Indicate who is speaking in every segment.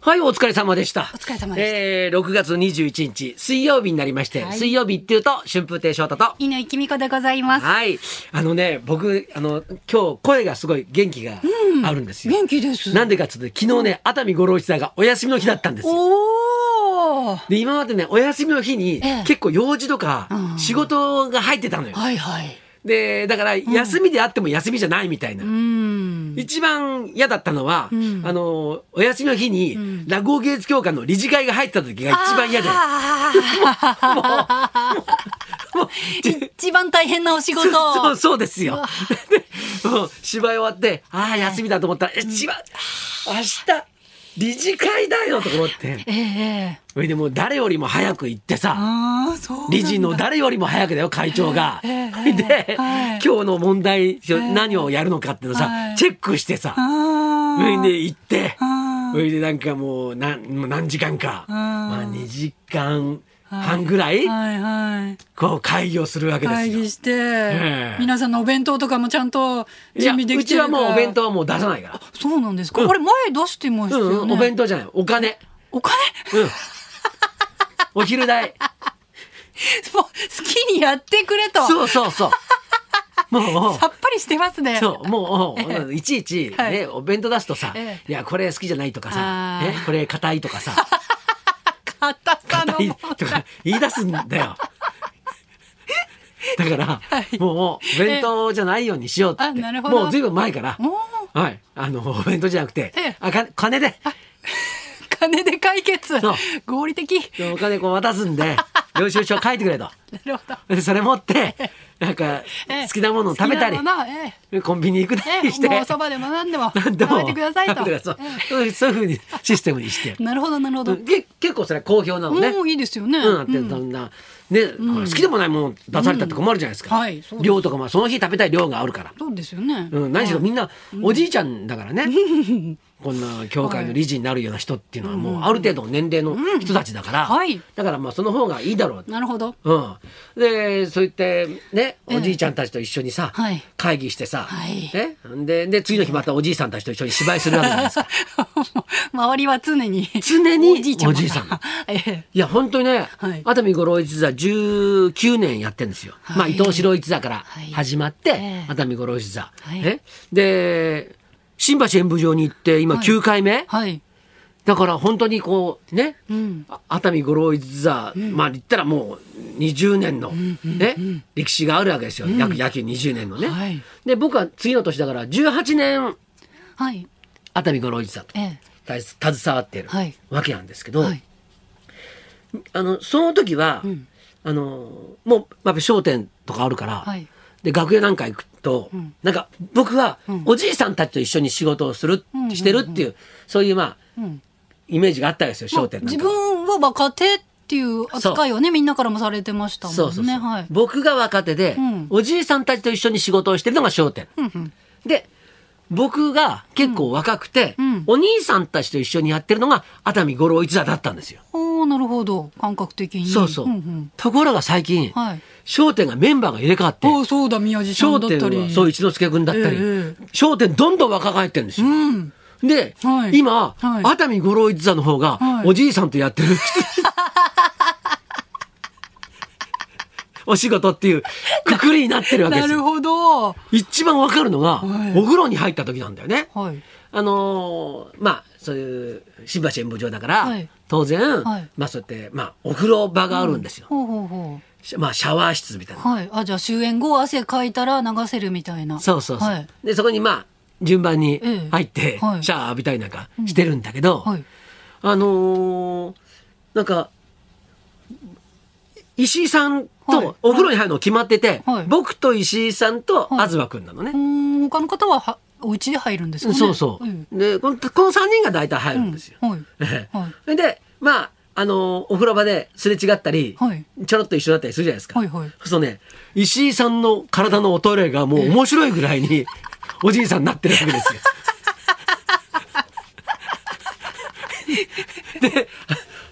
Speaker 1: はい、お疲れ様でした。
Speaker 2: お疲れ様でした
Speaker 1: えー、6月21日、水曜日になりまして、
Speaker 2: はい
Speaker 1: 水曜日っていうと、春風亭昇太と。
Speaker 2: 犬井きみこでございます。
Speaker 1: はい。あのね、僕、あの、今日、声がすごい元気があるんですよ。
Speaker 2: 元気です。
Speaker 1: なんでかっつって、昨日ね、熱海五郎一座がお休みの日だったんですよ。
Speaker 2: おお。は
Speaker 1: で、今までね、お休みの日に
Speaker 2: ええ、
Speaker 1: 結構用事とか
Speaker 2: う、ん
Speaker 1: 仕事が入ってたのよ。
Speaker 2: いはい。
Speaker 1: で、だから、休みであっても休みじゃないみたいな。
Speaker 2: うーん。
Speaker 1: 一番嫌だったのは、
Speaker 2: ん
Speaker 1: あの、お休みの日に、落語芸術協会の理事会が入ってた時が一番嫌で。
Speaker 2: あー一番大変なお仕事。
Speaker 1: そう、 そうですよ。でもう芝居終わって、ああ、休みだと思ったら、え、違う、明日、理事会だよとか思って。
Speaker 2: ええええ。
Speaker 1: それでもう誰よりも早く行ってさ、
Speaker 2: ああ、そう。
Speaker 1: 理事の。誰よりも早くだよ、会長が。
Speaker 2: ええ
Speaker 1: それで、
Speaker 2: はい
Speaker 1: 今日の問題、
Speaker 2: え
Speaker 1: 何をやるのかっていうのさ、
Speaker 2: はい
Speaker 1: チェックしてさ、
Speaker 2: あ
Speaker 1: そ
Speaker 2: あ。
Speaker 1: れで行って、
Speaker 2: あー
Speaker 1: それでなんかもう何もう何時間か、
Speaker 2: ん
Speaker 1: まあ2時間半ぐらい、
Speaker 2: はいはい。
Speaker 1: こう会議をするわけです
Speaker 2: 会
Speaker 1: よ。
Speaker 2: 議して、
Speaker 1: ええ
Speaker 2: 皆さんのお弁当とかもちゃんと
Speaker 1: い
Speaker 2: 準
Speaker 1: や
Speaker 2: 備で
Speaker 1: う
Speaker 2: きて
Speaker 1: ち
Speaker 2: るか
Speaker 1: はもうお弁当はもう出さないから。
Speaker 2: そうなんですか、
Speaker 1: うん
Speaker 2: あれ前出してましたよね、
Speaker 1: うん、うん、お弁当じゃない、お金。
Speaker 2: お金
Speaker 1: うん。お昼代。
Speaker 2: もう好きにやってくれと
Speaker 1: そうそうそう。もう
Speaker 2: さ。っぱりしてますね
Speaker 1: そうもう、いちいち、ね
Speaker 2: はい
Speaker 1: お弁当出すとさ、
Speaker 2: え
Speaker 1: いやこれ好きじゃないとかさ
Speaker 2: あ、ー
Speaker 1: ね、これ硬いと かさ
Speaker 2: 硬さの
Speaker 1: 硬い
Speaker 2: 問
Speaker 1: とか 言い出すんだ よだから、
Speaker 2: はい
Speaker 1: もうお弁当じゃないようにしようって
Speaker 2: えあなるほど
Speaker 1: もうずいぶん前から
Speaker 2: 題もう
Speaker 1: はい、あのお弁当じゃなくて、
Speaker 2: ええ
Speaker 1: あか金で
Speaker 2: 金で解決
Speaker 1: そう
Speaker 2: 合理的
Speaker 1: お金こう渡すんで領収書書いてくれと
Speaker 2: なるほど
Speaker 1: で それ持 ってなんか
Speaker 2: ええ
Speaker 1: 好きなものを食べたり
Speaker 2: 好きなものえ
Speaker 1: コンビニ行く
Speaker 2: え
Speaker 1: な
Speaker 2: え
Speaker 1: り して
Speaker 2: えもうおそばでも何でも
Speaker 1: なん
Speaker 2: 食
Speaker 1: でも
Speaker 2: べてくださいと
Speaker 1: 食べてくださいそうそういうふうにシステムにして
Speaker 2: ええなるほどなるほど、
Speaker 1: け結構それ好評なのね
Speaker 2: もういいですよね、
Speaker 1: うん、で
Speaker 2: うん
Speaker 1: だんだんね、これ好きでもないもの出されたって困るじゃないですか、
Speaker 2: うんはいそうです
Speaker 1: 量とかもその日食べたい量があるから、
Speaker 2: そうですよね、
Speaker 1: うん、何しろ
Speaker 2: はい
Speaker 1: みんなおじいちゃんだから ね、こんな教会の理事になるような人っていうのはもうある程度の年齢の人たちだから、
Speaker 2: はい
Speaker 1: だからまあその方がいいだろう
Speaker 2: なるほど
Speaker 1: うん、でそう言ってね
Speaker 2: ええ
Speaker 1: おじいちゃんたちと一緒にさ、
Speaker 2: はい
Speaker 1: 会議してさ、
Speaker 2: はい
Speaker 1: ね、でで次の日またおじいさんたちと一緒に芝居するわけじゃない ですか
Speaker 2: 周りは常に
Speaker 1: 常に
Speaker 2: おじいちゃんばっか
Speaker 1: おじいさんが
Speaker 2: ええ
Speaker 1: いや本当にね、
Speaker 2: はい
Speaker 1: 熱海五郎一座19年やってるんですよ、
Speaker 2: はい
Speaker 1: まあ、伊藤四郎一座から
Speaker 2: はい
Speaker 1: 始まって、
Speaker 2: ええ
Speaker 1: 熱海五郎一座、
Speaker 2: はい
Speaker 1: ねで新橋演舞場に行って今
Speaker 2: はい
Speaker 1: 9回目、
Speaker 2: はい
Speaker 1: だから本当にこうね、
Speaker 2: うん
Speaker 1: あ熱海五郎一座、まあ言ったらもう20年の、ね歴史があるわけですよ、約約20年のね。
Speaker 2: はい
Speaker 1: で僕は次の年だから18年
Speaker 2: はい
Speaker 1: 熱海五郎一座と
Speaker 2: ええ
Speaker 1: 大す携わっている
Speaker 2: はい
Speaker 1: わけなんですけど、
Speaker 2: はい
Speaker 1: あのその時は、あのもうまあ商店とかあるから、
Speaker 2: はい
Speaker 1: で楽屋なんか行くと、なんか僕はおじいさんたちと一緒に仕事をする、
Speaker 2: うん
Speaker 1: してるっていうそういうまあ、
Speaker 2: ん
Speaker 1: イメージがあったわけですよ
Speaker 2: まあ
Speaker 1: 商店なん
Speaker 2: 自
Speaker 1: かは。
Speaker 2: 分は若手っていう扱いをねみんなからもされてましたもんね
Speaker 1: そうそうそう
Speaker 2: はい
Speaker 1: 僕が若手で、
Speaker 2: ん
Speaker 1: おじいさんたちと一緒に仕事をしてるのが商店、で僕が結構若くて、
Speaker 2: ん
Speaker 1: お兄さんたちと一緒にやってるのが熱海五郎一座だったんですよ、
Speaker 2: おーなるほど感覚的に
Speaker 1: そうそう、
Speaker 2: んん
Speaker 1: ところが最近、
Speaker 2: はい
Speaker 1: 商店がメンバーが入れ替わって
Speaker 2: おーそうだ宮地さん
Speaker 1: 商
Speaker 2: だった
Speaker 1: 店
Speaker 2: り
Speaker 1: はそう一之輔君だったり、
Speaker 2: ええ
Speaker 1: 商店どんどん若返ってるんですよ、
Speaker 2: うん
Speaker 1: で、
Speaker 2: はい
Speaker 1: 今、
Speaker 2: はい
Speaker 1: 熱海五郎一座の方が、
Speaker 2: はい
Speaker 1: おじいさんとやって るお仕事っていうくくりになってるわけで
Speaker 2: な
Speaker 1: す
Speaker 2: る
Speaker 1: よ。
Speaker 2: ほどは
Speaker 1: 一番わかるのが、
Speaker 2: はい
Speaker 1: お風呂に入った時なんだよね。
Speaker 2: い
Speaker 1: あのーまあそういう新橋演舞場だから、
Speaker 2: はい
Speaker 1: 当然、
Speaker 2: はい
Speaker 1: まあそうやって、まあ、お風呂場があるんですよ、
Speaker 2: ほうほうほう
Speaker 1: まあシャワー室みたいな、
Speaker 2: はいあじゃあ終演後汗かいたら流せるみたいな
Speaker 1: そうそうそう、
Speaker 2: はい
Speaker 1: でそこにまあ順番に
Speaker 2: ええ
Speaker 1: 入って、
Speaker 2: はい
Speaker 1: シャワー浴びたりなんかしてるんだけど、
Speaker 2: はい
Speaker 1: あのーなんか石井さん
Speaker 2: はい
Speaker 1: とお風呂に入るの決まってて、
Speaker 2: はい
Speaker 1: 僕と石井さんと
Speaker 2: はい
Speaker 1: 東くんなのね、
Speaker 2: うーん他の方ははお家で入るんですかね
Speaker 1: そうそう、
Speaker 2: ん
Speaker 1: でこのこの3人が大体入るんですよ、
Speaker 2: はいはい
Speaker 1: それ でまああのーお風呂場ですれ違ったり、
Speaker 2: はい
Speaker 1: ちょろっと一緒だったりするじゃないですか、
Speaker 2: はいは
Speaker 1: そ
Speaker 2: い
Speaker 1: うするとね石井さんの体の衰えがもう面白いぐらいにおじいさんになってるわけです よ。で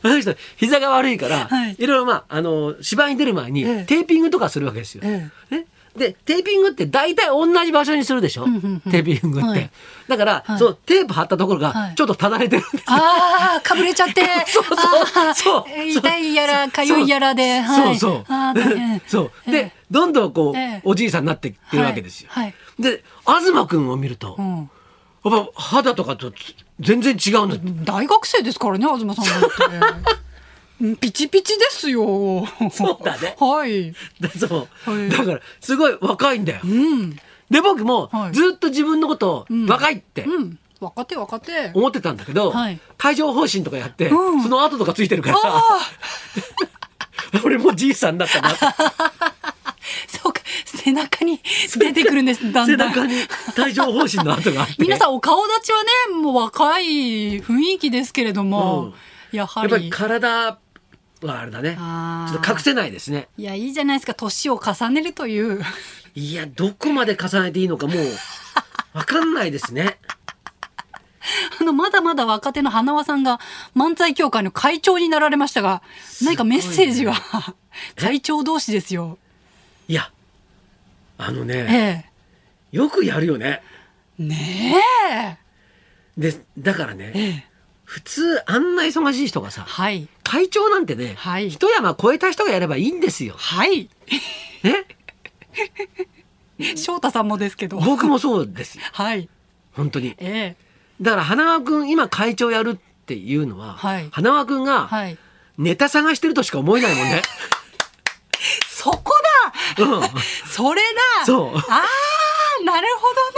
Speaker 1: あの人膝が悪いから、
Speaker 2: はい
Speaker 1: いろいろまああの芝居に出る前に
Speaker 2: ええ
Speaker 1: テーピングとかするわけですよ。
Speaker 2: え
Speaker 1: ね、でテーピングって大体同じ場所にするでしょ、
Speaker 2: うんうんうん
Speaker 1: テーピングって、
Speaker 2: はい
Speaker 1: だから、
Speaker 2: はい
Speaker 1: そのテープ貼ったところ
Speaker 2: は
Speaker 1: が
Speaker 2: い
Speaker 1: ちょっとただれてるんです、
Speaker 2: ああ、かぶれちゃって。
Speaker 1: そうそう
Speaker 2: あー
Speaker 1: そう
Speaker 2: 痛いやら、かゆいやらで。はい、
Speaker 1: そうそう
Speaker 2: あー大変
Speaker 1: そう
Speaker 2: え
Speaker 1: で
Speaker 2: え
Speaker 1: どんどんこう、
Speaker 2: ええ
Speaker 1: おじいさんになってきてるわけですよ、
Speaker 2: はい
Speaker 1: で東君を見ると、
Speaker 2: う
Speaker 1: やっ
Speaker 2: ん
Speaker 1: ぱ肌とかと全然違うんだって
Speaker 2: 大学生ですからね、東さんだって。 うんピチピチですよ。
Speaker 1: そうだね
Speaker 2: はい。
Speaker 1: で そう、
Speaker 2: はい
Speaker 1: だからすごい若いんだよ、
Speaker 2: うん。
Speaker 1: で僕も
Speaker 2: はい
Speaker 1: ずっと自分のことを若いって
Speaker 2: うん。若手若手。
Speaker 1: 思ってたんだけど、
Speaker 2: はい
Speaker 1: 帯状疱疹とかやって、
Speaker 2: うん
Speaker 1: その後とかついてるから
Speaker 2: あ
Speaker 1: 俺もうじいさんだった なって
Speaker 2: そうか。背中に出てくるんです、だ
Speaker 1: 背
Speaker 2: んだん。
Speaker 1: 中に帯状疱疹の跡があって
Speaker 2: 皆さんお顔立ちはね、もう若い雰囲気ですけれど
Speaker 1: う
Speaker 2: も
Speaker 1: ん、
Speaker 2: やは
Speaker 1: やっぱり
Speaker 2: り。
Speaker 1: 体はあれだねち
Speaker 2: あー
Speaker 1: ょっと隠せないですね
Speaker 2: いや、いいじゃないですか。年を重ねるという。
Speaker 1: いやどこまで重ねていいのかも うわかんないですね
Speaker 2: あの、まだまだ若手の花輪さんが漫才協会の会長になられましたが、何かメッセージが、会長同士ですよ。
Speaker 1: いやあのね
Speaker 2: え
Speaker 1: よくやるよね
Speaker 2: え。ねえ。
Speaker 1: でだからね
Speaker 2: ええ。
Speaker 1: 普通あんな忙しい人がさ
Speaker 2: はい。
Speaker 1: 会長なんてね、
Speaker 2: はい
Speaker 1: 一山超えた人がやればいいんですよ
Speaker 2: はい。
Speaker 1: ね
Speaker 2: 翔太さんもですけど。
Speaker 1: 僕もそうですよ
Speaker 2: はい。
Speaker 1: 本当に
Speaker 2: ええ。
Speaker 1: だから花輪君今会長やるっていうのは、
Speaker 2: はい
Speaker 1: 花輪君が
Speaker 2: はい。
Speaker 1: ネタ探してるとしか思えないもん ね、
Speaker 2: そこだ
Speaker 1: うん
Speaker 2: それだ
Speaker 1: そう
Speaker 2: ああ、なる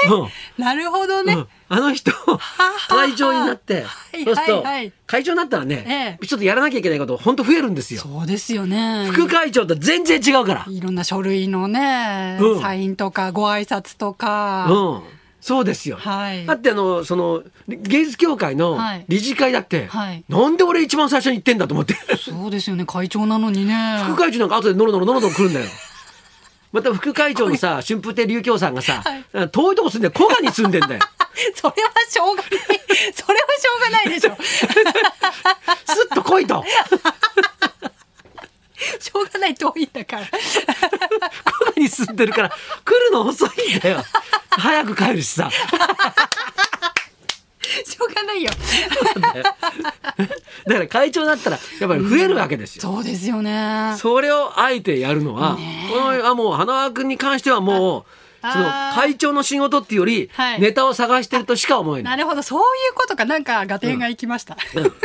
Speaker 2: ほどね。なるほどね。
Speaker 1: うんあの人
Speaker 2: は
Speaker 1: 会長になって
Speaker 2: い
Speaker 1: そうすると
Speaker 2: はいはい
Speaker 1: 会長になったらね
Speaker 2: ええ
Speaker 1: ちょっとやらなきゃいけないこと本当増えるんですよ
Speaker 2: そうですよね。
Speaker 1: 副会長と全然違うから
Speaker 2: いろんな書類のね、
Speaker 1: うん
Speaker 2: サインとかご挨拶とか、
Speaker 1: うんそうですよ
Speaker 2: はい
Speaker 1: だってあのその芸術協会の
Speaker 2: はい
Speaker 1: 理事会だって
Speaker 2: はい
Speaker 1: なんで俺一番最初に行ってんだと思って
Speaker 2: そうですよね会長なのにね
Speaker 1: 副会長なんか後でノロノロノロノロ来るんだよまた副会長のさ春風亭流京さんがさ
Speaker 2: はい
Speaker 1: 遠いとこ住んで古賀に住んでんだ よ
Speaker 2: それはしょうがない それはしょうがないでしょ
Speaker 1: すっと来いと
Speaker 2: しょうがない遠いん だから
Speaker 1: 古賀に住んでるから来るの遅いんだよ早く帰るしさ
Speaker 2: しょうがないよ
Speaker 1: だから会長だったらやっぱり増えるわけですよ。
Speaker 2: そうですよね
Speaker 1: それをあえてやるのは、
Speaker 2: ねえ
Speaker 1: このあもう花輪君に関してはもう
Speaker 2: あ
Speaker 1: その
Speaker 2: あー
Speaker 1: 会長の仕事っていうより、
Speaker 2: はい
Speaker 1: ネタを探してるとしか思えな。
Speaker 2: ないるほどそういうことかなんか合点がいきました、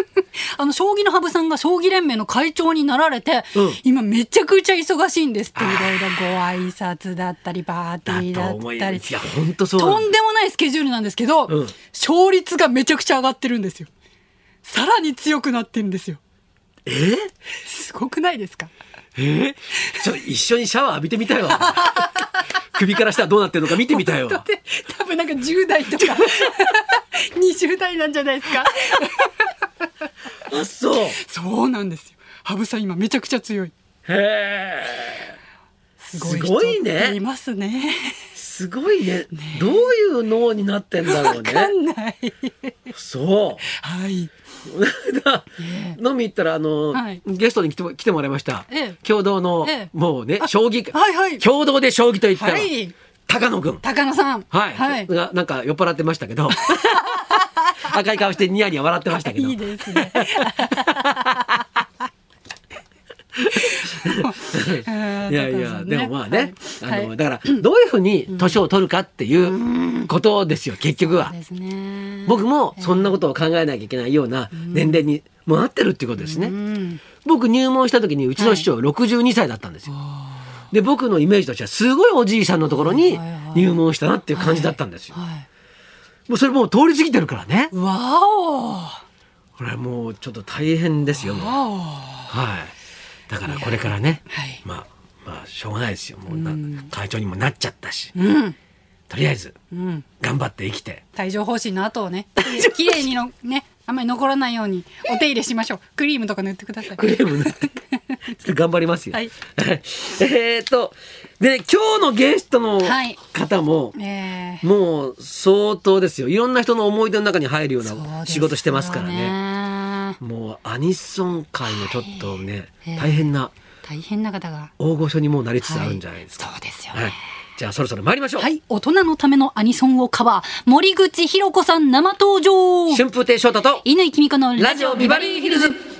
Speaker 2: あの将棋の羽生さんが将棋連盟の会長になられて、
Speaker 1: うん
Speaker 2: 今めちゃくちゃ忙しいんですっていろいろご挨拶だったりパーテ
Speaker 1: だ
Speaker 2: ィーだ
Speaker 1: と
Speaker 2: っ
Speaker 1: 思い
Speaker 2: た
Speaker 1: ま
Speaker 2: り
Speaker 1: す。いや本当そう
Speaker 2: と
Speaker 1: なんだ
Speaker 2: んでもないスケジュールなんですけど、
Speaker 1: うん
Speaker 2: 勝率がめちゃくちゃ上がってるんですよ。さらに強くなってるんですよ。
Speaker 1: え
Speaker 2: すごくないですか
Speaker 1: ーえーちょ一緒にシャワー浴びてみたい わ。首からしたらどうなってるのか見てみたい
Speaker 2: だっ
Speaker 1: わ。
Speaker 2: て多分なんか10代と か20代なんじゃないですか
Speaker 1: あそう。
Speaker 2: そうなんですよ。羽生さん今めちゃくちゃ強い。
Speaker 1: へえ。
Speaker 2: す
Speaker 1: すごいね
Speaker 2: 人っていますね。
Speaker 1: すごいね。どういう脳になってんだろう
Speaker 2: わ
Speaker 1: ね。
Speaker 2: かんない。
Speaker 1: そう。
Speaker 2: はい。
Speaker 1: だ飲み行ったらあの、
Speaker 2: はい
Speaker 1: ゲストに来ても来てもらいました、
Speaker 2: ええ
Speaker 1: 共同の、
Speaker 2: ええ
Speaker 1: もうね将棋
Speaker 2: はいはい。
Speaker 1: 共同で将棋と言ったら、
Speaker 2: はい
Speaker 1: 高野君
Speaker 2: 高野さん。
Speaker 1: はい、
Speaker 2: はい。
Speaker 1: がなんか酔っ払ってました けど赤い顔してニヤニヤ笑ってましたけど
Speaker 2: いいですね。
Speaker 1: いやいや、でもまあね、
Speaker 2: はい
Speaker 1: あの
Speaker 2: はい
Speaker 1: だからどういうふうに年を取るかっていうことですよ、結局は、
Speaker 2: そうですね。
Speaker 1: 僕もそんなことを考えなきゃいけないような年齢にもうなってるっていうことですね、
Speaker 2: うん。
Speaker 1: 僕入門した時にうちの師匠62歳だったんですよ、で僕のイメージとしてはすごいおじいさんのところに
Speaker 2: はいはい
Speaker 1: 入門したなっていう感じだったんですよ、
Speaker 2: はい。
Speaker 1: もうそれもう通り過ぎてるからね
Speaker 2: わお
Speaker 1: これはもうちょっと大変ですよもう
Speaker 2: わお
Speaker 1: はいだからこれからね
Speaker 2: はい
Speaker 1: まあまあしょうがないですよもうな会長にもなっちゃったし
Speaker 2: うん
Speaker 1: とりあえず
Speaker 2: うん
Speaker 1: 頑張って生きて
Speaker 2: 帯状疱疹の後をね きれいにのねあんまり残らないよう にお手入れしましょうクリームとか塗ってください
Speaker 1: クレーム塗 ってちょっと頑張りますよ、
Speaker 2: はい
Speaker 1: えっとでね今日のゲストの
Speaker 2: はい
Speaker 1: 方も、
Speaker 2: えー
Speaker 1: もう相当ですよいろんな人の思い出の中に入るよう
Speaker 2: そうですよ
Speaker 1: な
Speaker 2: ね
Speaker 1: 仕事してますからねもうアニソン界のちょっとね、
Speaker 2: はい
Speaker 1: 大変な
Speaker 2: 大変な方が
Speaker 1: 大御所にもうなりつつあるんじゃないですか、
Speaker 2: そうですよ
Speaker 1: はい
Speaker 2: ね
Speaker 1: じゃあそろそろ参りましょう、
Speaker 2: はい、大人のためのアニソンをカバー、森口博子さん生登場。
Speaker 1: 春風亭昇太と
Speaker 2: 乾きみこの
Speaker 1: ラジオビバリーヒルズ